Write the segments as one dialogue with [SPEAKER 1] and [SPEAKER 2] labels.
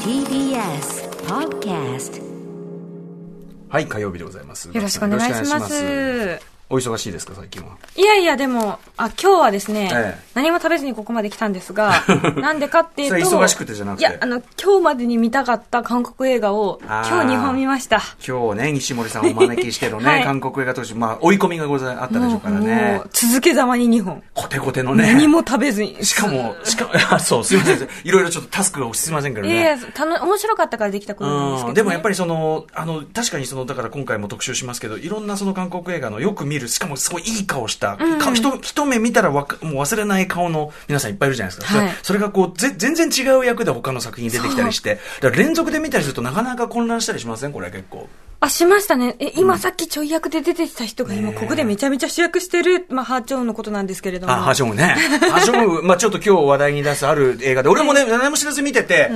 [SPEAKER 1] TBS Podcast
[SPEAKER 2] はい、火曜日でございます。
[SPEAKER 3] よろしくお願いし
[SPEAKER 2] よ
[SPEAKER 3] ま。
[SPEAKER 2] ろしくお願いしますお忙しいですか、最近は。
[SPEAKER 3] いやいや、でも、あ、今日はですね、
[SPEAKER 2] ええ
[SPEAKER 3] 何も食べずにここまで来たんですが、 なんでかっていうと、
[SPEAKER 2] それ忙しくてじゃなくて
[SPEAKER 3] いや、あの、今日までに見たかった韓国映画を、
[SPEAKER 2] あ
[SPEAKER 3] 今
[SPEAKER 2] ー
[SPEAKER 3] 日2本見ました。
[SPEAKER 2] 今日ね、西 森さんをお招きしてのね、
[SPEAKER 3] はい
[SPEAKER 2] 韓国映画当時、まあ、追い込みがございあったでしょうからね
[SPEAKER 3] もう、。続けざまに2本。
[SPEAKER 2] コテコテのね。
[SPEAKER 3] 何も食べず に。
[SPEAKER 2] しかも、しかも、 あそう、すいません。いろいろちょっとタスクが落ち着きませんけど
[SPEAKER 3] いやい
[SPEAKER 2] ね
[SPEAKER 3] や。、たの面白かったからできたことなんですけど、
[SPEAKER 2] う
[SPEAKER 3] ね。
[SPEAKER 2] んでもやっぱりその、あの、確かにその、だから今回も特集しますけど、いろんなその韓国映画のよく見る、しかもすごいいい顔した、か一一目見たらわかもう忘れない顔の皆さんいっぱいいるじゃないですか。
[SPEAKER 3] はい
[SPEAKER 2] それそれがこうぜ、全然違う役で他の作品出てきたりして、だから連続で見たりするとなかなか混乱したりしませんこれ結構。
[SPEAKER 3] あ、しましたね。え、今さっきちょい役で出てきた人が今ここでめちゃめちゃ主役してる、まあ、ハーチョンのことなんですけれども。
[SPEAKER 2] あ、ハジョンね。ハジョン、まあちょっと今日話題に出すある映画で、俺もね、何も知らず見てて、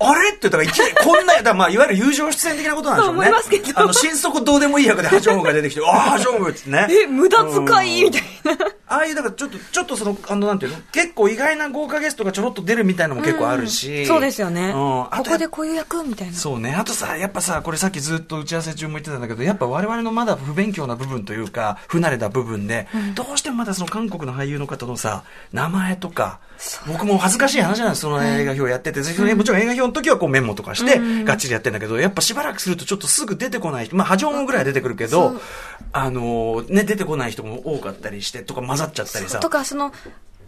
[SPEAKER 2] あれって言ったら、いきなりこんな、だからまあ、いわゆる友情出演的なことなんでしょうね。
[SPEAKER 3] そう思いますけど
[SPEAKER 2] あの、新速どうでもいい役でハジョンウが出てきて、ああ、ハジョンウってね。
[SPEAKER 3] え、無駄遣いみたいな。
[SPEAKER 2] ああいう、だからちょっと、ちょっとその、あの、なんていうの結構意外な豪華ゲストがちょろっと出るみたいなのも結構あるし。
[SPEAKER 3] そうですよね。
[SPEAKER 2] うん。
[SPEAKER 3] こ
[SPEAKER 2] あと
[SPEAKER 3] こでこういう役みたいな。
[SPEAKER 2] そうね。あとさ、やっぱさ、これさっきずっと打ち合わせ中も言ってたんだけど、やっぱ我々のまだ不勉強な部分というか、不慣れた部分で、どうしてもまだその韓国の俳優の方のさ、名前とか、僕も恥ずかしい話なんです、その映画表やってて、それもちろん映画表の時はこうメモとかして、がっちりやってんだけど、やっぱしばらくするとちょっとすぐ出てこない人、まあ、ハジョンぐらいは出てくるけど、あのーね、出てこない人も多かったりして、とか混ざっちゃったりさ
[SPEAKER 3] と。か、その、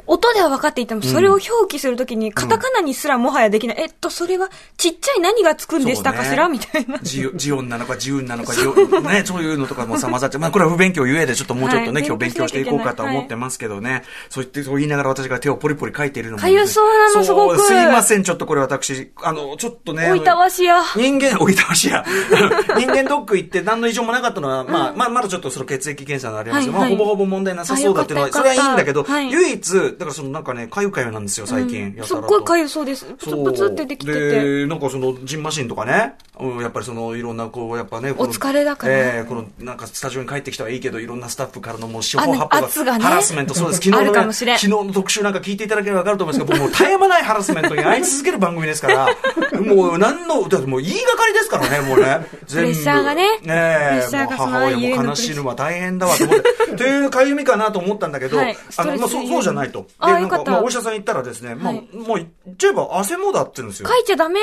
[SPEAKER 3] 音では分かっていても、それを表記するときに、カタカナにすらもはやできない。えっと、それは、ちっちゃい何がつくんでしたかしら、
[SPEAKER 2] そう
[SPEAKER 3] み
[SPEAKER 2] ね
[SPEAKER 3] たいな。
[SPEAKER 2] ジオジオンなのかジウンなのかジオ、 ね、そういうのとかもさ混ざって、まあ、これは不勉強ゆえでちょっともうちょっとね、
[SPEAKER 3] はい
[SPEAKER 2] 今日勉強していこうか
[SPEAKER 3] 勉強しなきゃい
[SPEAKER 2] とは
[SPEAKER 3] けない
[SPEAKER 2] 思ってますけどね、そう言ってそう言いながら私が手をポリポリ書いているのも
[SPEAKER 3] かゆそうなのすごく
[SPEAKER 2] そうすいませんちょっとこれ私あのちょっとね
[SPEAKER 3] おいたわしや。
[SPEAKER 2] 人間、おいたわしや。 人間ドック行って何の異常もなかったのは、まあ、まあ、まだちょっとその血液検査のありますけど、
[SPEAKER 3] はいはい
[SPEAKER 2] まあ、ほぼほぼ問題なさそうだっていうの
[SPEAKER 3] あ
[SPEAKER 2] は、
[SPEAKER 3] よ
[SPEAKER 2] そ
[SPEAKER 3] かっ
[SPEAKER 2] れ
[SPEAKER 3] た
[SPEAKER 2] はいいんだけど、
[SPEAKER 3] よかったはい
[SPEAKER 2] 唯一、だからそのなんかね、かゆかゆなんですよ、最近。やた
[SPEAKER 3] すっ
[SPEAKER 2] らと
[SPEAKER 3] ごいかゆそうです。プツプツってできてて。
[SPEAKER 2] で、なんかその、ジンマシンとかね、うん、やっぱりその、いろんな、こう、やっぱね、この
[SPEAKER 3] お疲れだからね
[SPEAKER 2] ええこの、なんか、スタジオに帰ってきたはいいけど、いろんなスタッフからのもう、四方
[SPEAKER 3] あね
[SPEAKER 2] 八方
[SPEAKER 3] 圧がね
[SPEAKER 2] ハラスメント、そうです。昨日
[SPEAKER 3] あ
[SPEAKER 2] の
[SPEAKER 3] る
[SPEAKER 2] ね、
[SPEAKER 3] かもしれん
[SPEAKER 2] 昨日の特集なんか聞いていただければわかると思いますけど、僕もう絶え間ないハラスメントに会い続ける番組で すから、もう、何の、だってもう、言いがかりですからね、もうね。全
[SPEAKER 3] プレ
[SPEAKER 2] 部
[SPEAKER 3] ッシャーがね
[SPEAKER 2] ええ
[SPEAKER 3] プレッシャー
[SPEAKER 2] もう
[SPEAKER 3] が
[SPEAKER 2] 母
[SPEAKER 3] その
[SPEAKER 2] 親
[SPEAKER 3] 家
[SPEAKER 2] も
[SPEAKER 3] の
[SPEAKER 2] 悲しいのは大変だわと思って、というかゆみかなと思ったんだけど、
[SPEAKER 3] はい
[SPEAKER 2] あの、まあ、
[SPEAKER 3] ストレ
[SPEAKER 2] そう
[SPEAKER 3] ス
[SPEAKER 2] そうじゃないと。で
[SPEAKER 3] あ
[SPEAKER 2] なん
[SPEAKER 3] よかった
[SPEAKER 2] まあ、お医者さん行ったらですね、まあ、
[SPEAKER 3] はい
[SPEAKER 2] もう言っちゃえば汗もだって言うんですよ。
[SPEAKER 3] 書いちゃダメ。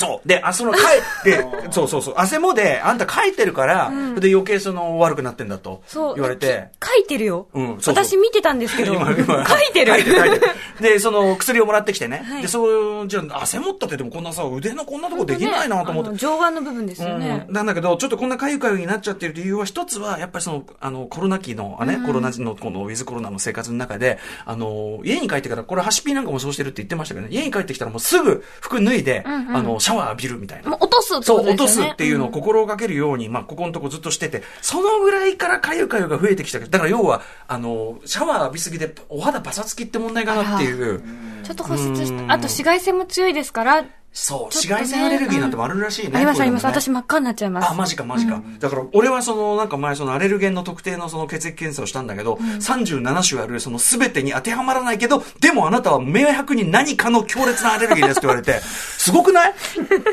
[SPEAKER 2] そう。で、あ、その、かい、で、そうそうそう。汗もで、あんた書いてるから、で、余計その、悪くなってんだと。
[SPEAKER 3] そう。
[SPEAKER 2] 言われて。
[SPEAKER 3] き書いてるよ。
[SPEAKER 2] うんそうそう
[SPEAKER 3] 私見てたんですけど。 書
[SPEAKER 2] 今
[SPEAKER 3] い
[SPEAKER 2] 今
[SPEAKER 3] てる。
[SPEAKER 2] 書いてる書いてるで、その、薬をもらってきてね。
[SPEAKER 3] はい
[SPEAKER 2] で、そう、じゃあ、汗もったってでもこんなさ、腕のこんなとこできないなと思って
[SPEAKER 3] あの。上腕の部分ですよね。
[SPEAKER 2] うんなんだけど、ちょっとこんなかゆかゆになっちゃってる理由は、一つは、やっぱりその、あの、コロナ期の、あね、コロナの、この、ウィズコロナの生活の中で、あの、家に帰ってから、これ、ハシピーなんかもそうしてるって言ってましたけどね、家に帰ってきたらもうすぐ服脱いで、あの、シャワー浴びるみたいな。
[SPEAKER 3] もう落とすって
[SPEAKER 2] そ
[SPEAKER 3] こ
[SPEAKER 2] う、
[SPEAKER 3] とですよ
[SPEAKER 2] 落
[SPEAKER 3] ね。
[SPEAKER 2] とすっていうのを心がけるように、まあ、ここのとこずっとしてて、そのぐらいからかゆかゆが増えてきたけど、だから要は、あの、シャワー浴びすぎで、お肌パサつきって問題かなっていう。
[SPEAKER 3] うんちょっと保湿した。あと紫外線も強いですから、
[SPEAKER 2] そう、
[SPEAKER 3] ちょっとね
[SPEAKER 2] 紫外線アレルギーなんてもあるらしいね。
[SPEAKER 3] あります
[SPEAKER 2] こ
[SPEAKER 3] あ
[SPEAKER 2] うい
[SPEAKER 3] り
[SPEAKER 2] うのも
[SPEAKER 3] ま
[SPEAKER 2] ね
[SPEAKER 3] す。私真っ赤になっちゃいます。
[SPEAKER 2] あ、マジかマジか。だから、俺はその、なんか前、そのアレルゲンの特定のその血液検査をしたんだけど、37種ある、その全てに当てはまらないけど、でもあなたは明白に何かの強烈なアレルギーですって言われて、 すごくない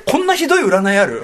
[SPEAKER 2] こんなひどい占いある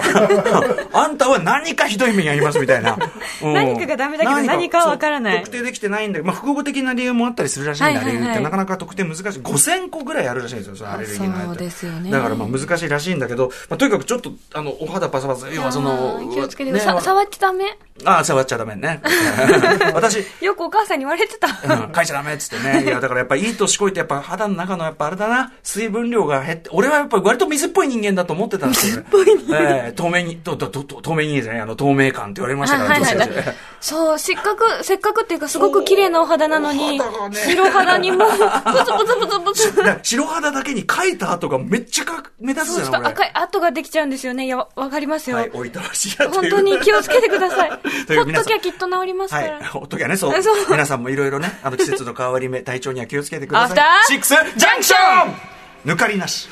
[SPEAKER 2] あんたは何かひどい目にありますみたいな。うん
[SPEAKER 3] 何かがダメだけど何かはわからない
[SPEAKER 2] そう特定できてないんだけど、まあ、複合的な理由もあったりするらしいんだ、
[SPEAKER 3] はいはいはい
[SPEAKER 2] アレルギーって。なかなか特定難しい。5000個ぐらいあるらしいんですよ、そのアレルギーのやつ。
[SPEAKER 3] そうですよね
[SPEAKER 2] だからまあ難しいらしいんだけど、まあ、とにかくちょっと、あの、お肌パサパサ、要はその
[SPEAKER 3] あ、ー気をつけて、
[SPEAKER 2] ね
[SPEAKER 3] さ触っちゃダメ。
[SPEAKER 2] ああ、触っちゃダメね。 私、
[SPEAKER 3] よくお母さんに言われてた。
[SPEAKER 2] うん、書いちゃダメっつってね。いや、だからやっぱいい年こいて、やっぱ肌の中のやっぱあれだな、水分量が減って、俺はやっぱ割と水っぽい人間だと思ってたんですよ、ね。水っぽい人間ええ透明に、と、と、と、と透明人間じゃない、あの、透明感って言われましたか ら、
[SPEAKER 3] はいはいはい
[SPEAKER 2] 女性たち
[SPEAKER 3] そう、せっかく、せっかくっていうか、すごく綺麗なお肌なのに、
[SPEAKER 2] そうお肌がね
[SPEAKER 3] 白肌に もう、ブツブツブツブ
[SPEAKER 2] だ
[SPEAKER 3] ツ。
[SPEAKER 2] から白肌だけに書いた跡がめっちゃか目立つ
[SPEAKER 3] そう
[SPEAKER 2] じ
[SPEAKER 3] し
[SPEAKER 2] ゃ
[SPEAKER 3] か
[SPEAKER 2] ない、
[SPEAKER 3] 赤い跡ができちゃうんですよね。いや、わわかりますよ。
[SPEAKER 2] はい、おいたわしやと
[SPEAKER 3] 本
[SPEAKER 2] いう
[SPEAKER 3] 当に気をつけてください。
[SPEAKER 2] という
[SPEAKER 3] ほっ
[SPEAKER 2] 皆
[SPEAKER 3] と
[SPEAKER 2] さん
[SPEAKER 3] きゃきっと治りますか
[SPEAKER 2] はい
[SPEAKER 3] ら。。
[SPEAKER 2] おっときはね、そう。
[SPEAKER 3] そう
[SPEAKER 2] 皆さんもいろいろね、あの季節の変わり目、体調には気をつけてください。
[SPEAKER 3] アフター
[SPEAKER 2] シックスジャンクション抜かりなし。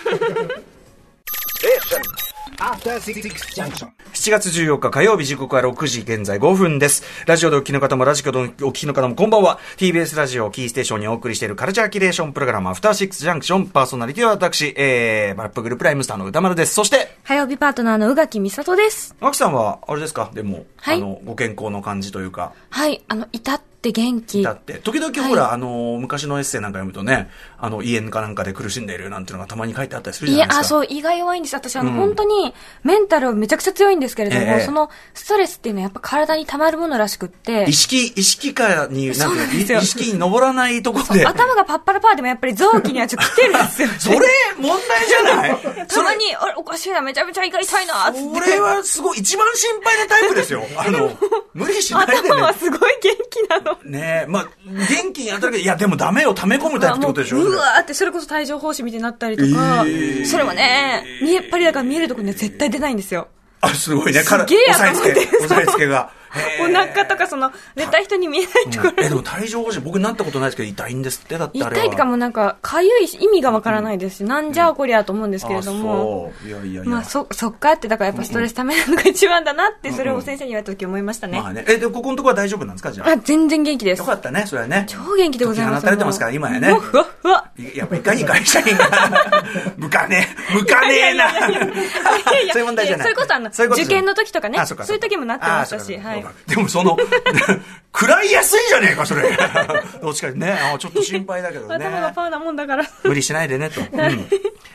[SPEAKER 4] After Six Junction.
[SPEAKER 2] 7月14日火曜日時刻は6時現在5分です。ラジオでお聞きの方もラジコでお聞きの方もこんばんは。TBS ラジオをキーステーションにお送りしているカルチャーキュレーションプログラムアフターシックスジャンクションパーソナリティは私、えー、バラップグループライムスターの歌丸です。そして、
[SPEAKER 3] 火曜日パートナーの宇垣美里です。
[SPEAKER 2] マキさんは、あれですかでも、
[SPEAKER 3] はい
[SPEAKER 2] あの、ご健康の感じというか、
[SPEAKER 3] はい、あの、至って元気。
[SPEAKER 2] だって、時々ほら、
[SPEAKER 3] はい
[SPEAKER 2] あの、昔のエッセイなんか読むとね、あの、胃炎かなんかで苦しんでいるなんていうのがたまに書いてあったりするじゃ
[SPEAKER 3] い
[SPEAKER 2] な
[SPEAKER 3] や
[SPEAKER 2] い、ですか。
[SPEAKER 3] あ、そう、胃が弱いんです。私、あの、本当に、メンタルはめちゃくちゃ強いんですけれども、
[SPEAKER 2] ええ
[SPEAKER 3] その、ストレスっていうのはやっぱ体に溜まるものらしくって
[SPEAKER 2] 意、識、意識下に、なん
[SPEAKER 3] そう
[SPEAKER 2] か
[SPEAKER 3] なん
[SPEAKER 2] い、意
[SPEAKER 3] ですよ
[SPEAKER 2] 識に登らないところで。。
[SPEAKER 3] 頭がパッパラパーでもやっぱり臓器にはちょっと来てるんですよ
[SPEAKER 2] それ、問題じゃない
[SPEAKER 3] たまに、あれ、おかしいな、めちゃめちゃ胃が痛いな、つって。
[SPEAKER 2] それはすごい、一番心配なタイ プですよ。あの、無理しないでね
[SPEAKER 3] 頭。はすごい元気なの。
[SPEAKER 2] ねえ、まあ、元気に当たるけど、いや、でもダメよ、溜め込むタイプってことでしょ
[SPEAKER 3] うわーって、それこそ帯状疱疹みたいになったりとか、それもね、見えっぱりだから見えるとこには絶対出ないんですよ。
[SPEAKER 2] あ、すごいね、
[SPEAKER 3] す
[SPEAKER 2] から
[SPEAKER 3] げえや
[SPEAKER 2] 押さえ
[SPEAKER 3] と
[SPEAKER 2] つ
[SPEAKER 3] 思って
[SPEAKER 2] け、押さえつ けが。へ
[SPEAKER 3] お
[SPEAKER 2] え
[SPEAKER 3] 腹とかその、寝た人に見えないとこ
[SPEAKER 2] うんえ、で
[SPEAKER 3] ろ。
[SPEAKER 2] も帯状疱疹、僕なったことないですけど、痛いんですって、だってあれは。
[SPEAKER 3] 痛いとかもうなんか、かゆいし、意味がわからないですし、なんじゃこりゃと思うんですけれども。
[SPEAKER 2] あそういやいやいや。
[SPEAKER 3] まあ、そ、そっかって、だからやっぱストレスためるのが一番だなって、それを先生に言われた時思いましたね
[SPEAKER 2] ま。あね。え、で、ここのとこは大丈夫なんですかじゃあ。
[SPEAKER 3] あ、全然元気です
[SPEAKER 2] よ。かったね、それはね。
[SPEAKER 3] 超元気でございます。
[SPEAKER 2] 解き放たれてますから、今やね
[SPEAKER 3] もう。ふわっふ わ。
[SPEAKER 2] いやっぱいかに 会社員が、向かねえ、向かねえな。そういう問題じゃない。
[SPEAKER 3] それこそあの
[SPEAKER 2] そういうことじ
[SPEAKER 3] 受
[SPEAKER 2] ゃない
[SPEAKER 3] 験の時とかね
[SPEAKER 2] あそうか
[SPEAKER 3] そういう時もなってましたし
[SPEAKER 2] あそうか
[SPEAKER 3] はい
[SPEAKER 2] そうかでもその、 食らいやすいじゃねえか、それ。 どっちかにね、あちょっと心配だけどね。
[SPEAKER 3] 頭がパーなもんだから。
[SPEAKER 2] 無理しないでね と。うん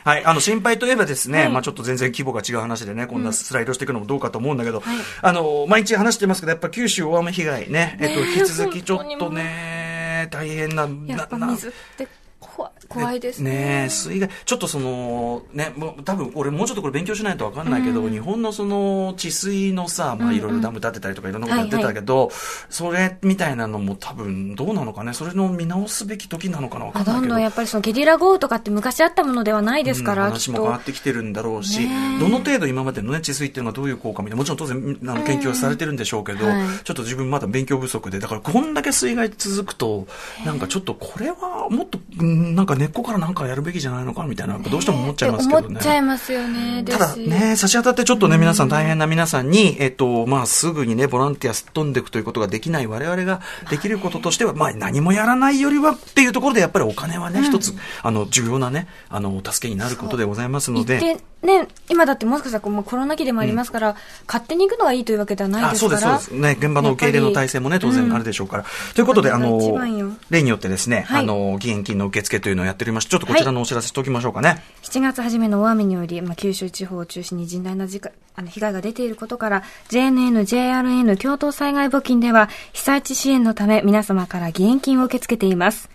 [SPEAKER 2] はい。あの、心配といえばですね、
[SPEAKER 3] はい
[SPEAKER 2] まあちょっと全然規模が違う話でね、こんなスライドしていくのもどうかと思うんだけど、あの、毎日話してますけど、やっぱ九州大雨被害ね、えっと、
[SPEAKER 3] ねえ
[SPEAKER 2] 引き続きちょっ
[SPEAKER 3] 本当
[SPEAKER 2] と
[SPEAKER 3] に
[SPEAKER 2] ね、大変な、な
[SPEAKER 3] やっぱ
[SPEAKER 2] な
[SPEAKER 3] 水って怖い怖いです
[SPEAKER 2] ねえ水害ちょっとそのねもう多分俺もうちょっとこれ勉強しないとわかんないけど、日本のその治水のさまあいろいろダム建てたりとかいろんなことやってたけど、それみたいなのも多分どうなのかねそれの見直すべき時なのかなわか
[SPEAKER 3] あ
[SPEAKER 2] んない
[SPEAKER 3] ど
[SPEAKER 2] け
[SPEAKER 3] んど
[SPEAKER 2] ど
[SPEAKER 3] んやっぱりそのゲリラ豪雨とかって昔あったものではないですか
[SPEAKER 2] うん
[SPEAKER 3] ら、き
[SPEAKER 2] 話
[SPEAKER 3] っ
[SPEAKER 2] も変わ
[SPEAKER 3] と
[SPEAKER 2] っ。てきてるんだろうし、どの程度今までの、ね、治水っていうのがどういう効果みたいな、もちろん当然あの研究はされてるんでしょうけど、
[SPEAKER 3] はい
[SPEAKER 2] ちょっと自分まだ勉強不足で、だからこんだけ水害続くと、なんかちょっとこれはもっと、うんなんか根っこからなんかやるべきじゃないのかみたいな、どうしても思っちゃいますけど
[SPEAKER 3] 思
[SPEAKER 2] ね
[SPEAKER 3] っ。ちゃいますよね。で
[SPEAKER 2] ただ
[SPEAKER 3] す
[SPEAKER 2] ね、差し当たってちょっとね、皆さん大変な皆さんに、えっと、まあ、すぐにね、ボランティアすっ飛んでいくということができない我々ができることとしては、まあ、何もやらないよりはっていうところで、やっぱりお金はね、一つ、あの、重要なね、あの、助けになることでございますので。
[SPEAKER 3] 行ってね、今だってもしかしたらこうもうコロナ禍でもありますから、勝手に行くのがいいというわけではない
[SPEAKER 2] あ
[SPEAKER 3] です
[SPEAKER 2] そうで
[SPEAKER 3] か
[SPEAKER 2] す、そう
[SPEAKER 3] ら。
[SPEAKER 2] です。ね、現場の受け入れの体制もね、当然あるでしょうから。ということで、あ
[SPEAKER 3] それが
[SPEAKER 2] の
[SPEAKER 3] 一番よ、
[SPEAKER 2] 例によってですね、
[SPEAKER 3] はい
[SPEAKER 2] あの、義援金の受付というのをやっておりまして、ちょっとこちらのお知らせしておきましょうかね。
[SPEAKER 3] 7月初めの大雨により、まあ、九州地方を中心に甚大な事故あの被害が出ていることから、JNN、JRN 共同災害募金では、被災地支援のため皆様から義援金を受け付けています。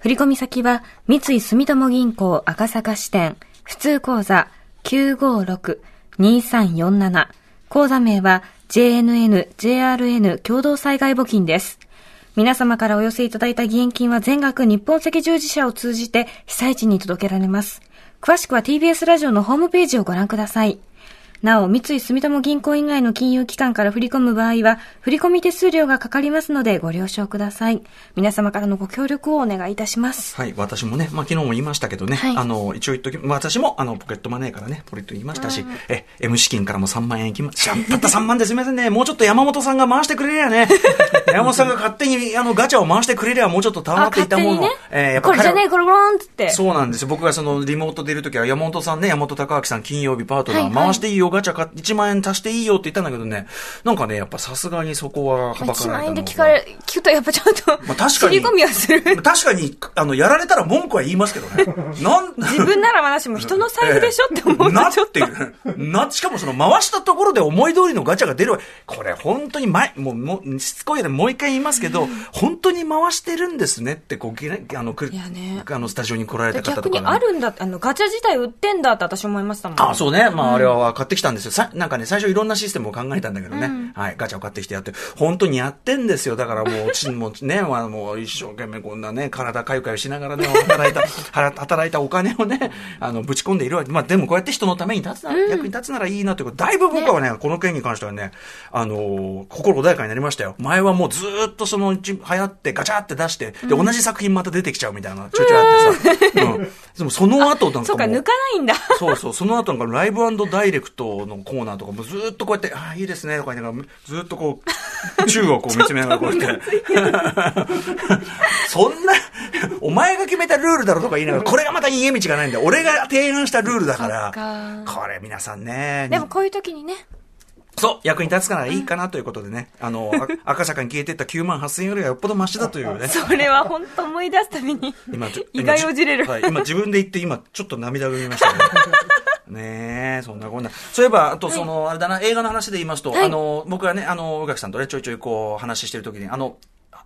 [SPEAKER 3] 振込先は、三井住友銀行赤坂支店、普通口座956-2347。口座名は、JNN、JRN 共同災害募金です。皆様からお寄せいただいた義援金は全額日本赤十字社を通じて被災地に届けられます。詳しくは TBS ラジオのホームページをご覧ください。なお、三井住友銀行以外の金融機関から振り込む場合は、振込手数料がかかりますのでご了承ください。皆様からのご協力をお願いいたします。
[SPEAKER 2] はい、私もね、まあ、昨日も言いましたけどね、
[SPEAKER 3] はい
[SPEAKER 2] あの、一応言っとき、まあ私も、あの、ポケットマネーからね、ポリッと言いましたし、え、M 資金からも3万円いきま、しゃたった3万ですいませんね、もうちょっと山本さんが回してくれり ゃね、山本さんが勝手に、あの、ガチャを回してくれりゃ、もうちょっとたまっていたものを、えーやっぱ
[SPEAKER 3] これじゃね
[SPEAKER 2] 彼
[SPEAKER 3] え、
[SPEAKER 2] は
[SPEAKER 3] これゴロンっつって。
[SPEAKER 2] そうなんですよ僕がそのリモートでいるときは、山本さんね、山本隆明さん、金曜日パートナー、
[SPEAKER 3] はいはい
[SPEAKER 2] 回していいよ、ガチャか、1万円足していいよって言ったんだけどね、なんかね、やっぱさすがにそこははばか
[SPEAKER 3] 1
[SPEAKER 2] られ
[SPEAKER 3] 万
[SPEAKER 2] た
[SPEAKER 3] 円
[SPEAKER 2] の
[SPEAKER 3] で聞かれ、聞くとやっぱちょっと、
[SPEAKER 2] まあ確かに
[SPEAKER 3] 切り込みはする。
[SPEAKER 2] 確かに、あの、やられたら文句は言いますけど ね。なん、
[SPEAKER 3] 自分ならまだしも人の財布でしょって思うと
[SPEAKER 2] な
[SPEAKER 3] ちょっ
[SPEAKER 2] って
[SPEAKER 3] と。
[SPEAKER 2] いう。な、しかもその回したところで思い通りのガチャが出るわけ。これ本当に前、もう、もう、しつこいでもう一回言いますけど、本当に回してるんですねって、こう、きねあの、く
[SPEAKER 3] いやね
[SPEAKER 2] あの、スタジオに来られた方とか
[SPEAKER 3] 逆
[SPEAKER 2] ね、
[SPEAKER 3] にあるんだって、あの、ガチャ自体売ってんだって私思いましたもん。
[SPEAKER 2] あ、そうね。まあ、あれは買ってきたんですよ。さ、なんかね、最初いろんなシステムを考えたんだけどね。はい。ガチャを買ってきてやって、本当にやってんですよ。だから もう、ちもうね、まあもう一生懸命こんなね、体かゆかゆしながらね、働いた、 は働いたお金をね、あの、ぶち込んでいるわけ。まあ、でもこうやって人のために立つな、役に立つならいいなということ。だいぶ僕はね、この件に関してはね、あのー心穏やかになりましたよ。前はもうずーっとその、一流行ってガチャって出して、で、同じ作品また出てきちゃうみたいな、ちょいちょいあってさ。うん。でもその後なんかもう。
[SPEAKER 3] そうか、抜かないんだ。
[SPEAKER 2] そうそう、その後なんかライブダイレクトトのコーナーとかもずっとこうやって、ああ、いいですね、とか言いながら、ずっとこう、宙をこう見つめながらこうやって。そんな、お前が決めたルールだろとか言いながら、これがまた逃げ道がないんだよ。俺が提案したルールだから。
[SPEAKER 3] そっか
[SPEAKER 2] これ皆さんね。
[SPEAKER 3] でもこういう時にね、
[SPEAKER 2] そう、役に立つからいいかなということでね、あの、あ赤坂に消えてった9万8000円よりはよっぽどマシだというね。
[SPEAKER 3] それは本当思い出すたびに
[SPEAKER 2] 今ちょ、
[SPEAKER 3] 意外をじれる。
[SPEAKER 2] 今はい、今自分で言って今ちょっと涙ぐみまし たね。ねえ、そんなこんな。そういえば、あとその、あれだな、映画の話で言いますと、
[SPEAKER 3] はい
[SPEAKER 2] あの、僕はね、あの、宇垣さんとね、ちょいちょいこう、話してるときに、あの、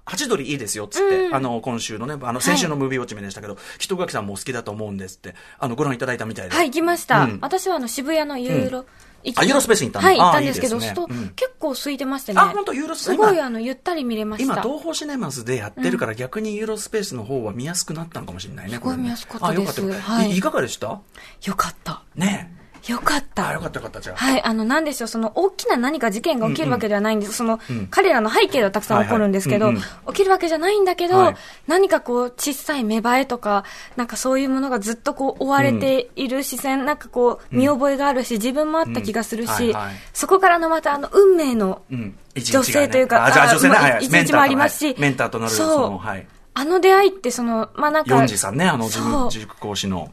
[SPEAKER 2] ハチドリいいですよっつって、あの、今週のね、あの、先週のムービーウォッチ見でしたけど、きっと宇垣さんもお好きだと思うんですって、あの、ご覧いただいたみたいで。
[SPEAKER 3] はい、行きました。
[SPEAKER 2] うん
[SPEAKER 3] 私はあの渋谷のユーロ、行き
[SPEAKER 2] あユーロスペースに行ったの
[SPEAKER 3] はい、
[SPEAKER 2] あー
[SPEAKER 3] 行ったんですけど、
[SPEAKER 2] いいですね
[SPEAKER 3] そう
[SPEAKER 2] うん
[SPEAKER 3] 結構空いてましてね。
[SPEAKER 2] あ本当ユーロスペ
[SPEAKER 3] す
[SPEAKER 2] ース
[SPEAKER 3] ごい
[SPEAKER 2] 今
[SPEAKER 3] あの、ゆったり見れました。
[SPEAKER 2] 今、東宝シネマズでやってるから、逆にユーロスペースの方は見やすくなったのかもしれないね、これね
[SPEAKER 3] すごい見やすかったです
[SPEAKER 2] あよかった、
[SPEAKER 3] はい
[SPEAKER 2] い。いかがでした
[SPEAKER 3] よかった。
[SPEAKER 2] ねえ。
[SPEAKER 3] よかった。
[SPEAKER 2] あ、よかったよかった、じゃあ。
[SPEAKER 3] はい、あの、なんでしょう、その、大きな何か事件が起きるわけではないんです。その、
[SPEAKER 2] うん
[SPEAKER 3] 彼らの背景ではたくさん起こるんですけど、
[SPEAKER 2] はいはい
[SPEAKER 3] 起きるわけじゃないんだけど、
[SPEAKER 2] はい
[SPEAKER 3] 何かこう、小さい芽生えとか、なんかそういうものがずっとこう、追われている視線、なんかこう、見覚えがあるし、自分もあった気がするし、
[SPEAKER 2] うんはいはい
[SPEAKER 3] そこからのまた、あの、運命の、
[SPEAKER 2] うん
[SPEAKER 3] 女性というか、
[SPEAKER 2] あじゃあ女性ね、
[SPEAKER 3] まあ
[SPEAKER 2] はいはい
[SPEAKER 3] 一日もありますし、
[SPEAKER 2] メンターとなる、そ
[SPEAKER 3] そ
[SPEAKER 2] の、
[SPEAKER 3] う、
[SPEAKER 2] はい。
[SPEAKER 3] あの出会いって、その、まあ、なん
[SPEAKER 2] ヨ
[SPEAKER 3] か
[SPEAKER 2] ンジ、さんね、あの、自
[SPEAKER 3] そう
[SPEAKER 2] 分、塾講師の。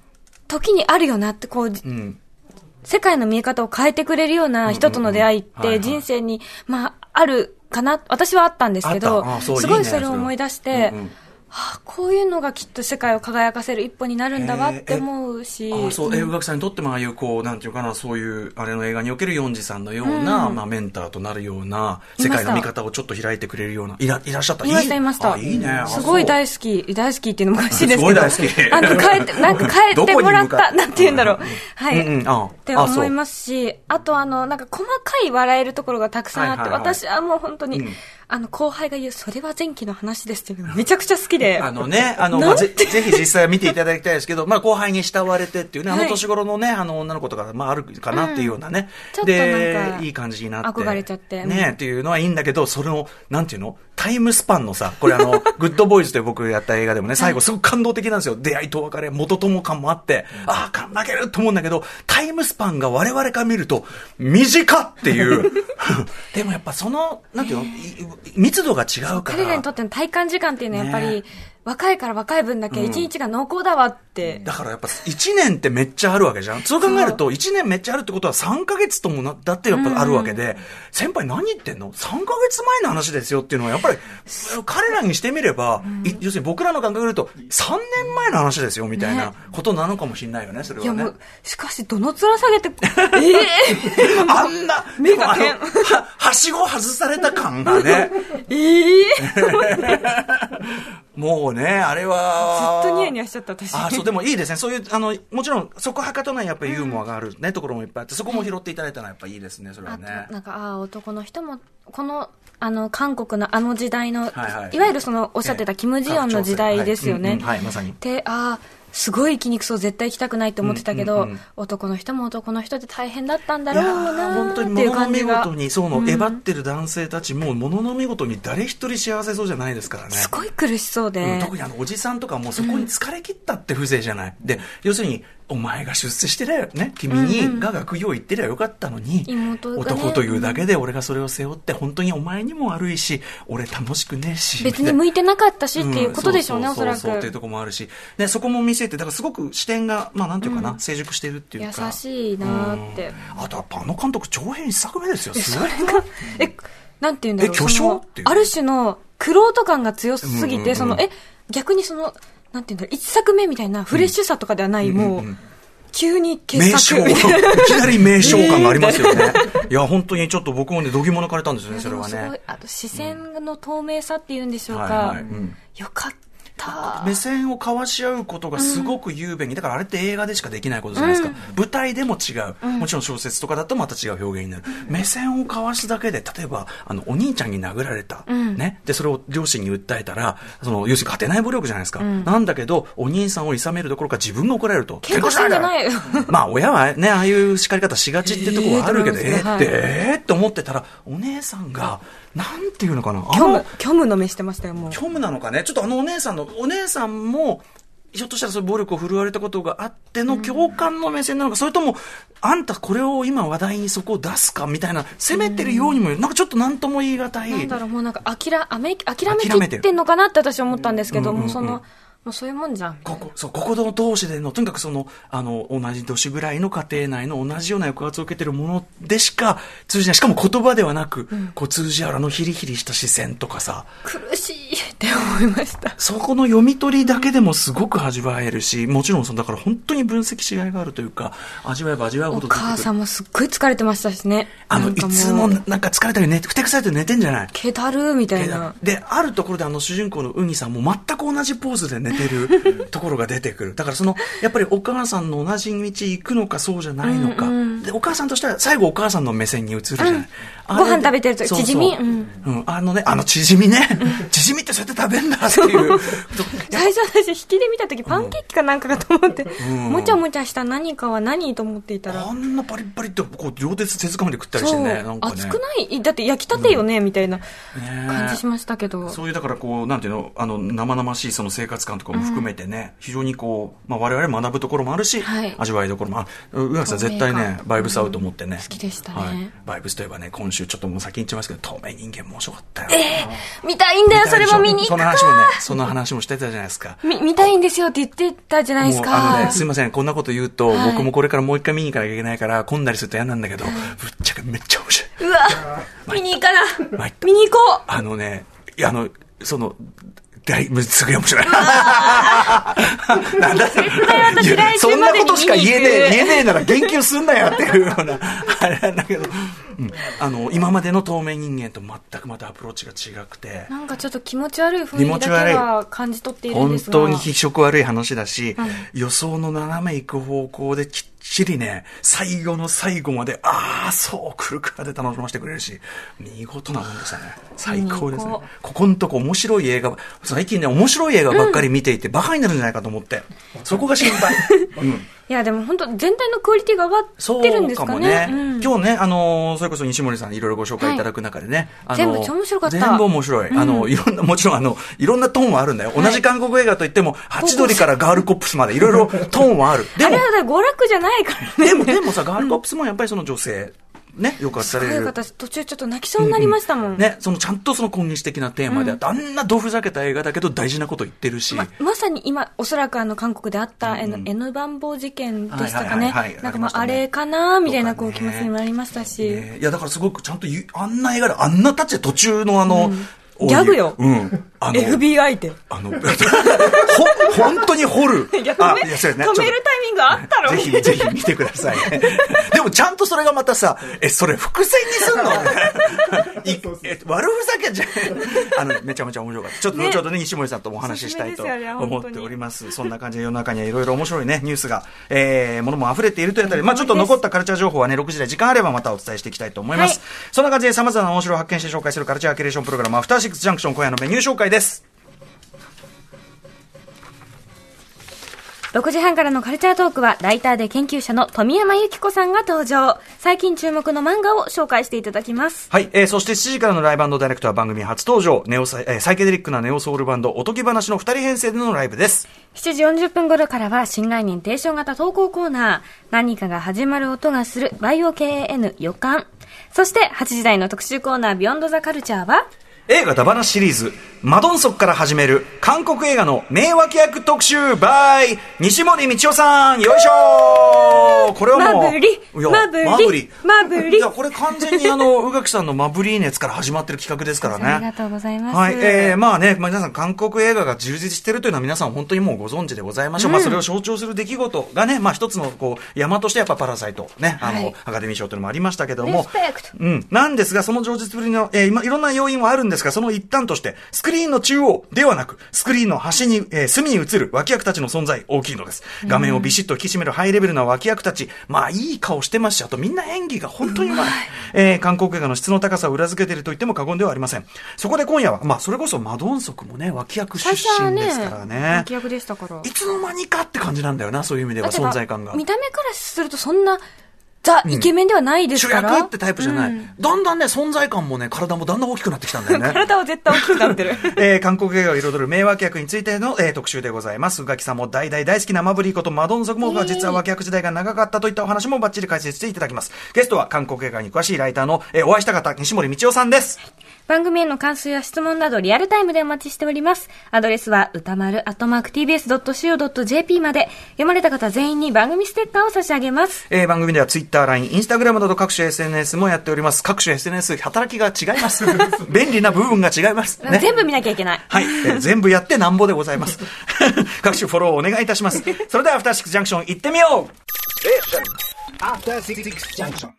[SPEAKER 3] 時にあるよなって、こう、
[SPEAKER 2] うん。
[SPEAKER 3] 世界の見え方を変えてくれるような人との出会いっ
[SPEAKER 2] うんうんうんはい
[SPEAKER 3] て
[SPEAKER 2] はい
[SPEAKER 3] 人生に、まあ、あるかな、私はあったんですけ
[SPEAKER 2] あっ
[SPEAKER 3] ど
[SPEAKER 2] たあ、そう
[SPEAKER 3] すご
[SPEAKER 2] いい
[SPEAKER 3] い
[SPEAKER 2] ね
[SPEAKER 3] それを思い出して
[SPEAKER 2] うんうん、
[SPEAKER 3] はあこういうのがきっと世界を輝かせる一歩になるんだわって
[SPEAKER 2] えーえ
[SPEAKER 3] 思うし、
[SPEAKER 2] あそう、え、宇垣さんにとっても、ああいう、こう、なんていうかな、そういう、あれの映画におけるヨンジさんのような、まあ、メンターとなるような、世界の見方をちょっと開いてくれるような、いらいらっしゃった。
[SPEAKER 3] いました、いました。
[SPEAKER 2] あいいね。あ
[SPEAKER 3] すごい大
[SPEAKER 2] そ
[SPEAKER 3] 好き。大好きっていうのもおかしいですけど。
[SPEAKER 2] すごい大好き
[SPEAKER 3] あの、帰って、なんか帰ってもらっ、
[SPEAKER 2] どこに向かったて
[SPEAKER 3] なんて言うんだろう。はい。
[SPEAKER 2] うんうんあ
[SPEAKER 3] って
[SPEAKER 2] あそう
[SPEAKER 3] 思いますし、あとあの、なんか細かい笑えるところがたくさんあっ
[SPEAKER 2] は
[SPEAKER 3] て、
[SPEAKER 2] いはいはい
[SPEAKER 3] 私はもう本当に
[SPEAKER 2] うん、
[SPEAKER 3] あの、後輩が言う、それは前期の話ですっていうのがめちゃくちゃ好きで。
[SPEAKER 2] うあのね、あの、まあ、ぜぜひ実際見ていただきたいですけど、まあ、後輩に慕われてっていうね、あの
[SPEAKER 3] はい
[SPEAKER 2] 年頃のね、あの、女の子とか、まあ、あるかなっていうようなね。
[SPEAKER 3] ちょっとなん
[SPEAKER 2] で
[SPEAKER 3] か、
[SPEAKER 2] いい感じになって。
[SPEAKER 3] 憧れちゃってうん
[SPEAKER 2] ね、っていうのはいいんだけど、それを、なんていうのタイムスパンのさ、これあ の、グッドボーイズで僕やった映画でもね、最後すごく感動的なんですよ。出会いと別れ、元友感もあって、ああ、感負けると思うんだけど、タイムスパンが我々から見ると、短って いう。 でもやっぱその、なんていうのい密度が違うから。
[SPEAKER 3] 彼らにとっての体感時間っていうのはやっぱり
[SPEAKER 2] ね、
[SPEAKER 3] 若いから若い分だけ一日が濃厚だわって。
[SPEAKER 2] だからやっぱ1年ってめっちゃあるわけじゃん。そう考えると1年めっちゃあるってことは3ヶ月ともな、だってやっぱあるわけで、先輩何言ってんの ?3 ヶ月前の話ですよっていうのはやっぱり、彼らにしてみれば、い要するに僕らの感覚で言うと3年前の話ですよみたいな
[SPEAKER 3] ね
[SPEAKER 2] ことなのかもしれないよね、それ
[SPEAKER 3] いや
[SPEAKER 2] はね
[SPEAKER 3] も。う、しかし、どの面下げて、ええ
[SPEAKER 2] あんな、
[SPEAKER 3] 目が変
[SPEAKER 2] あのは、はしご外された感が ね、
[SPEAKER 3] ええ
[SPEAKER 2] もうね、あれは。
[SPEAKER 3] ずっとニヤニヤしちゃった私
[SPEAKER 2] あそうでもいいですね、そういう、あのもちろん、そこはかとないやっぱりユーモアがある、ねところもいっぱいあって、そこも拾っていただいたのはやっぱいいですね、それは
[SPEAKER 3] あと
[SPEAKER 2] ね。
[SPEAKER 3] なんかああ男の人もこのあの韓国のあの時代の、い
[SPEAKER 2] はいはい
[SPEAKER 3] わゆるそのおっしゃってたキム・ジヨンの時代ですよね。
[SPEAKER 2] はいうんうんはいまさに
[SPEAKER 3] でああすごい生きにくそう絶対行きたくないと思ってたけど、
[SPEAKER 2] うんうんうん
[SPEAKER 3] 男の人も男の人で大変だったんだ
[SPEAKER 2] い
[SPEAKER 3] ろ
[SPEAKER 2] や
[SPEAKER 3] う
[SPEAKER 2] ー
[SPEAKER 3] な
[SPEAKER 2] 本当
[SPEAKER 3] ー
[SPEAKER 2] に
[SPEAKER 3] っていう
[SPEAKER 2] 物の
[SPEAKER 3] 感
[SPEAKER 2] 見
[SPEAKER 3] じが
[SPEAKER 2] 事に、そうの、えばってる男性たちも、物の見事に誰一人幸せそうじゃないですからね。
[SPEAKER 3] すごい苦しそうで、
[SPEAKER 2] うん特にあのおじさんとかもそこに疲れ切ったって風情じゃない、で要するにお前が出世してりゃね君にが学業行ってりゃよかったのに、
[SPEAKER 3] 妹がね
[SPEAKER 2] 男というだけで俺がそれを背負って本当にお前にも悪いし俺楽しくねえし
[SPEAKER 3] 別に
[SPEAKER 2] みたいな
[SPEAKER 3] 向いてなかったしっていうことでしょうね、
[SPEAKER 2] ん
[SPEAKER 3] おそら
[SPEAKER 2] そうそうそうっていう
[SPEAKER 3] く
[SPEAKER 2] ところもあるし、ね、そこも見せてだからすごく視点がまあなんていうかな、成熟してるっていう
[SPEAKER 3] 優
[SPEAKER 2] か
[SPEAKER 3] しいなーって、
[SPEAKER 2] あとやっぱあの監督長編一作目ですよす
[SPEAKER 3] そ
[SPEAKER 2] ご
[SPEAKER 3] れ
[SPEAKER 2] い
[SPEAKER 3] が、え、なんて言うんだろう。
[SPEAKER 2] え巨匠
[SPEAKER 3] その
[SPEAKER 2] っていう
[SPEAKER 3] ある種の、クロート感が強すぎて、
[SPEAKER 2] うんうんうん
[SPEAKER 3] その、え、逆にその、なんて言うんだろう、一作目みたいなフレッシュさとかではない、もう、急に傑
[SPEAKER 2] 名
[SPEAKER 3] 作
[SPEAKER 2] 称、
[SPEAKER 3] み
[SPEAKER 2] い
[SPEAKER 3] たいな。
[SPEAKER 2] きなり名称感がありますよね。いや、本当にちょっと僕もね、どぎも抜かれたんですよ ね、そ
[SPEAKER 3] で
[SPEAKER 2] れ
[SPEAKER 3] も
[SPEAKER 2] は
[SPEAKER 3] すごい
[SPEAKER 2] ね。、
[SPEAKER 3] あと視線の透明さっていうんでしょう
[SPEAKER 2] うんはい
[SPEAKER 3] か
[SPEAKER 2] はいうん。
[SPEAKER 3] よかった。
[SPEAKER 2] 目線を交わし合うことがすごく雄弁に、だからあれって映画でしかできないことじゃないですか。舞台でも違う、もちろん小説とかだとまた違う表現になる。目線を交わすだけで、例えば、あの、お兄ちゃんに殴られた、ね。で、それを両親に訴えたら、その、要するに勝てない暴力じゃないですか。なんだけど、お兄さんを諌めるどころか自分が怒られると。
[SPEAKER 3] 結婚したんじゃない
[SPEAKER 2] 結婚したんじゃない まあ、親はね、ああいう叱り方しがちってとこはあるけど、
[SPEAKER 3] え
[SPEAKER 2] え
[SPEAKER 3] ー
[SPEAKER 2] ーって、
[SPEAKER 3] はい
[SPEAKER 2] えーって思ってたら、お姉さんが、なんていうのかな、あ
[SPEAKER 3] 虚
[SPEAKER 2] の
[SPEAKER 3] 無、虚無の目してましたよ、もう。
[SPEAKER 2] 虚無なのかね、ちょっとあのお姉さんの、お姉さんも、ひょっとしたらそういう暴力を振るわれたことがあっての共感の目線なのか、それとも、あんたこれを今話題にそこを出すかみたいな、責めてるようにも、なんかちょっとなんとも言い難い。
[SPEAKER 3] なんだろう、もうなんか諦め、諦
[SPEAKER 2] 諦
[SPEAKER 3] め
[SPEAKER 2] め
[SPEAKER 3] き
[SPEAKER 2] て
[SPEAKER 3] っ
[SPEAKER 2] る
[SPEAKER 3] てんのかなって私は思ったんですけど、
[SPEAKER 2] うんうんうん
[SPEAKER 3] もうその、もうそういうもんじゃん。
[SPEAKER 2] ここ、そう、ここの同士での、とにかくその、あの、同じ年ぐらいの家庭内の同じような抑圧を受けてるものでしか通じない。しかも言葉ではなく、こう通じ合うあのヒリヒリした視線とかさ、
[SPEAKER 3] 苦しいって思いました。
[SPEAKER 2] そこの読み取りだけでもすごく味わえるし、もちろんその、だから本当に分析しがいがあるというか、味わえば味わう
[SPEAKER 3] お
[SPEAKER 2] ほど出てくる
[SPEAKER 3] 母さんもすっごい疲れてましたしね。
[SPEAKER 2] あの、
[SPEAKER 3] ないんかう
[SPEAKER 2] つもなんか疲れたり寝て、ふてくされて寝てんじゃない
[SPEAKER 3] けだるみたいな。
[SPEAKER 2] で、あるところであの主人公のウニさんも全く同じポーズで寝てるところが出てくる。だからその、やっぱりお母さんの同じ道行くのかそうじゃないのか。
[SPEAKER 3] うん
[SPEAKER 2] で、お母さんとしては最後お母さんの目線に映るじゃない。
[SPEAKER 3] うん
[SPEAKER 2] あれ
[SPEAKER 3] ご飯食べてる時
[SPEAKER 2] そうそう
[SPEAKER 3] チヂミう
[SPEAKER 2] うんん。あのね、あのチヂミね。チヂミってそうやって食べんだっていう。
[SPEAKER 3] 最初私引きで見た時パンケーキかなんかかと思って、
[SPEAKER 2] ん
[SPEAKER 3] もちゃもちゃした何かは何と思っていたら
[SPEAKER 2] あ、んなパリッパリってこう両手手掴んで食ったりし
[SPEAKER 3] そ
[SPEAKER 2] て
[SPEAKER 3] う、
[SPEAKER 2] ね。なんかね。
[SPEAKER 3] 熱くないだって焼きたてよね、みたいな
[SPEAKER 2] ね
[SPEAKER 3] 感じしましたけど。
[SPEAKER 2] そういうだからこう、なんていうの、あの、生々しいその生活感とかも含めてね、非常にこう、まあ我々学ぶところもあるし、
[SPEAKER 3] はい
[SPEAKER 2] 味わいどころもある。う上垣さん絶対
[SPEAKER 3] 透明
[SPEAKER 2] ね
[SPEAKER 3] 感、
[SPEAKER 2] バイブス合うと思ってね。
[SPEAKER 3] 好きでしたね
[SPEAKER 2] はい。バイブスといえばね、今週ちょっともう先に言っちゃいますけど、透明人間も面白かったよ。
[SPEAKER 3] 見たいんだよ、それも見に行
[SPEAKER 2] そ
[SPEAKER 3] く
[SPEAKER 2] の
[SPEAKER 3] か
[SPEAKER 2] 話もね、その話もしてたじゃないですか。
[SPEAKER 3] み見たいんですよって言ってたじゃ ないです
[SPEAKER 2] もうあの
[SPEAKER 3] か
[SPEAKER 2] ね、。すいません、こんなこと言うと、
[SPEAKER 3] はい
[SPEAKER 2] 僕もこれからもう一回見に行かなきゃいけないから、混んだりすると嫌なんだけど、ぶっちゃけめっちゃ面白い。
[SPEAKER 3] うわ、見に行かな
[SPEAKER 2] 参っ。た
[SPEAKER 3] 見に行こ
[SPEAKER 2] あのね、いや、あの、その、大、すげえ面 白い。なんだ
[SPEAKER 3] 絶対私
[SPEAKER 2] いや
[SPEAKER 3] 来週
[SPEAKER 2] そんな
[SPEAKER 3] までに
[SPEAKER 2] ことしか言え
[SPEAKER 3] 見
[SPEAKER 2] ね
[SPEAKER 3] に行
[SPEAKER 2] え、
[SPEAKER 3] く
[SPEAKER 2] 言えねえなら言及すんなよっていうような、あれなんだけど、うんあの、今までの透明人間と全くまたアプローチが違くて
[SPEAKER 3] う。、なんかちょっと気持ち悪い雰囲気だけは感じ取っているんで
[SPEAKER 2] 本
[SPEAKER 3] すが。
[SPEAKER 2] 当に非色悪い話だし、予想の斜め行く方向できっちりね、最後の最後まで、ああ、そう来るかで楽しませてくれるし、見事なもんでしたね。最高です
[SPEAKER 3] 最
[SPEAKER 2] ね
[SPEAKER 3] 高。
[SPEAKER 2] ここのとこ面白い映画、最近ね、面白い映画ばっかり見ていて、バカになるんじゃないかと思って。そこが心 配。うん
[SPEAKER 3] いや、でも本当全体のクオリティが上が
[SPEAKER 2] そ
[SPEAKER 3] ってるん
[SPEAKER 2] う
[SPEAKER 3] です
[SPEAKER 2] か
[SPEAKER 3] か
[SPEAKER 2] も
[SPEAKER 3] ね
[SPEAKER 2] ね。。
[SPEAKER 3] うん
[SPEAKER 2] 今日ね、あのーそれこそ西森さんいろいろご紹介いただく中でね。
[SPEAKER 3] はい
[SPEAKER 2] あのー
[SPEAKER 3] 全部超面白かった
[SPEAKER 2] 全部面白い。あの、いろんな、もちろんあの、いろんなトーンはあるんだよ。同じ韓国映画といっても、ハチドリからガールコップスまでい ろいろトーンはある。で
[SPEAKER 3] あ
[SPEAKER 2] も
[SPEAKER 3] れ、はだから娯楽じゃないからね。
[SPEAKER 2] でも、でもさ、ガールコップスもやっぱりその女性、ね、よくさ
[SPEAKER 3] すご
[SPEAKER 2] れ
[SPEAKER 3] い
[SPEAKER 2] る。
[SPEAKER 3] 私途中ちょっと泣きそうになりましたもん。
[SPEAKER 2] ね、そのちゃんとその今日的なテーマであって、あんなどふざけた映画だけど大事なこと言ってるし。
[SPEAKER 3] ままさに今、おそらくあの韓国であった、えの N 番坊事件でしたかね
[SPEAKER 2] はいはいはいは、い
[SPEAKER 3] なんかまあ、あ
[SPEAKER 2] ありましたね
[SPEAKER 3] れかなみたいなこう
[SPEAKER 2] と
[SPEAKER 3] 気
[SPEAKER 2] かね
[SPEAKER 3] 持ちにもなりましたし、
[SPEAKER 2] ねいや、だからすごくちゃんと言う、あんな映画で、あんなタッチで途中のあの、
[SPEAKER 3] ギャグよ
[SPEAKER 2] うん。 あの
[SPEAKER 3] FBI って、
[SPEAKER 2] あの、ほ、 本当に掘る。
[SPEAKER 3] いや止め
[SPEAKER 2] あいやそうやね
[SPEAKER 3] 止めるタイミングあったろ、
[SPEAKER 2] ぜひ、ぜひ見てくださいね。 でもちゃんとそれがまたさ、え、それ伏線にすんのいえ悪ふざけじゃん。 あの、めちゃめちゃ面白かった。ちょっと後ほどね、西森さんともお話ししたいと
[SPEAKER 3] おすすめですよね
[SPEAKER 2] 思っております。そんな感じで世の中にはいろいろ面白いね、ニュースが、えー、ものも溢れているというあたり、まあちょっと残ったカルチャー情報はね、6時台時間あればまたお伝えしていきたいと思います。
[SPEAKER 3] は
[SPEAKER 2] そんな感じで様々な面白を発見して紹介するカルチャーキュレーションプログラム、アフターシックスジャンクション今夜のメニュー紹介です。
[SPEAKER 3] 6時半からのカルチャートークは、ライターで研究者の富山由紀子さんが登場。最近注目の漫画を紹介していただきます。
[SPEAKER 2] はい、えー、そして7時からのライブダイレクトは番組初登場、ネオサイ,、えーサイケデリックなネオソウルバンド、おとぎ話の2人編成でのライブです。
[SPEAKER 3] 7時40分頃からは、新概念提唱型投稿コーナー。何かが始まる音がする YOKAN 予感。そして、8時台の特集コーナー、ビヨンドザカルチャーは、
[SPEAKER 2] 映画ダバナシリーズ、マドンソクから始める、韓国映画の名脇役特集、by 西森道夫さん、よいしょーこれはもう、
[SPEAKER 3] マブリ
[SPEAKER 2] いや
[SPEAKER 3] マブリ
[SPEAKER 2] マブリ。
[SPEAKER 3] マブリ
[SPEAKER 2] いや、これ完全にあ の、宇垣さんのマブリー熱から始まってる企画ですからね。
[SPEAKER 3] ありがとうございます。
[SPEAKER 2] はい、えー、まあね、まあ皆さん、韓国映画が充実してるというのは皆さん本当にもうご存知でございましょう。まあそれを象徴する出来事がね、まあ一つのこう、山としてやっぱパラサイト、ね、あの、
[SPEAKER 3] はい
[SPEAKER 2] アカデミー賞というのもありましたけども
[SPEAKER 3] リスペクト、
[SPEAKER 2] うん、なんですが、その充実ぶりの、えー、今いろんな要因はあるんですが、その一端として、スクリーンの中央ではなく、スクリーンの端に、えー隅に映る脇役たちの存在、大きいのです。画面をビシッと引き締めるハイレベルな脇役たち、まあいい顔してますし、あとみんな演技が本当にうまい。えー韓国映画の質の高さを裏付けていると言っても過言ではありません。そこで今夜は、まあそれこそマドンソクもね、脇役出
[SPEAKER 3] 最初は
[SPEAKER 2] 身
[SPEAKER 3] ね
[SPEAKER 2] ですから、ね
[SPEAKER 3] 脇。役でしたから。
[SPEAKER 2] いつの間にかって感じなんだよな、そういう意味では
[SPEAKER 3] だってま
[SPEAKER 2] 存
[SPEAKER 3] あ
[SPEAKER 2] 在感が。
[SPEAKER 3] 見た目からするとそんなザ、イケメンではないです
[SPEAKER 2] 主
[SPEAKER 3] から。
[SPEAKER 2] 役ってタイプじゃない、だんだんね、存在感もね、体もだんだん大きくなってきたんだよね。
[SPEAKER 3] 体は絶対大きくな ってる。
[SPEAKER 2] えー韓国映画を彩る迷惑役についての、えー特集でございます。宇垣さんも大大大好きなマブリーことマドンソクモフが実は脇役時代が長かったといったお話もバッチリ解説していただきます。ゲストは韓国映画に詳しいライターの、えーお会いした方、西森道夫さんです。
[SPEAKER 3] 番組への感想や質問などリアルタイムでお待ちしております。アドレスは歌丸 atmarktbs.co.jp まで読まれた方全員に番組ステッカーを差し上げます。
[SPEAKER 2] えー番組では Twitter、LINE、Instagram など各種 SNS もやっております。各種 SNS、働きが違 います。便利な部分が違います。ね
[SPEAKER 3] 全部見なきゃいけない。
[SPEAKER 2] はい、えー全部やってなんぼでございます。 各種フォローをお願いいたします。それでは、アフターシックスジャンクション行ってみよう
[SPEAKER 4] After Six Junction.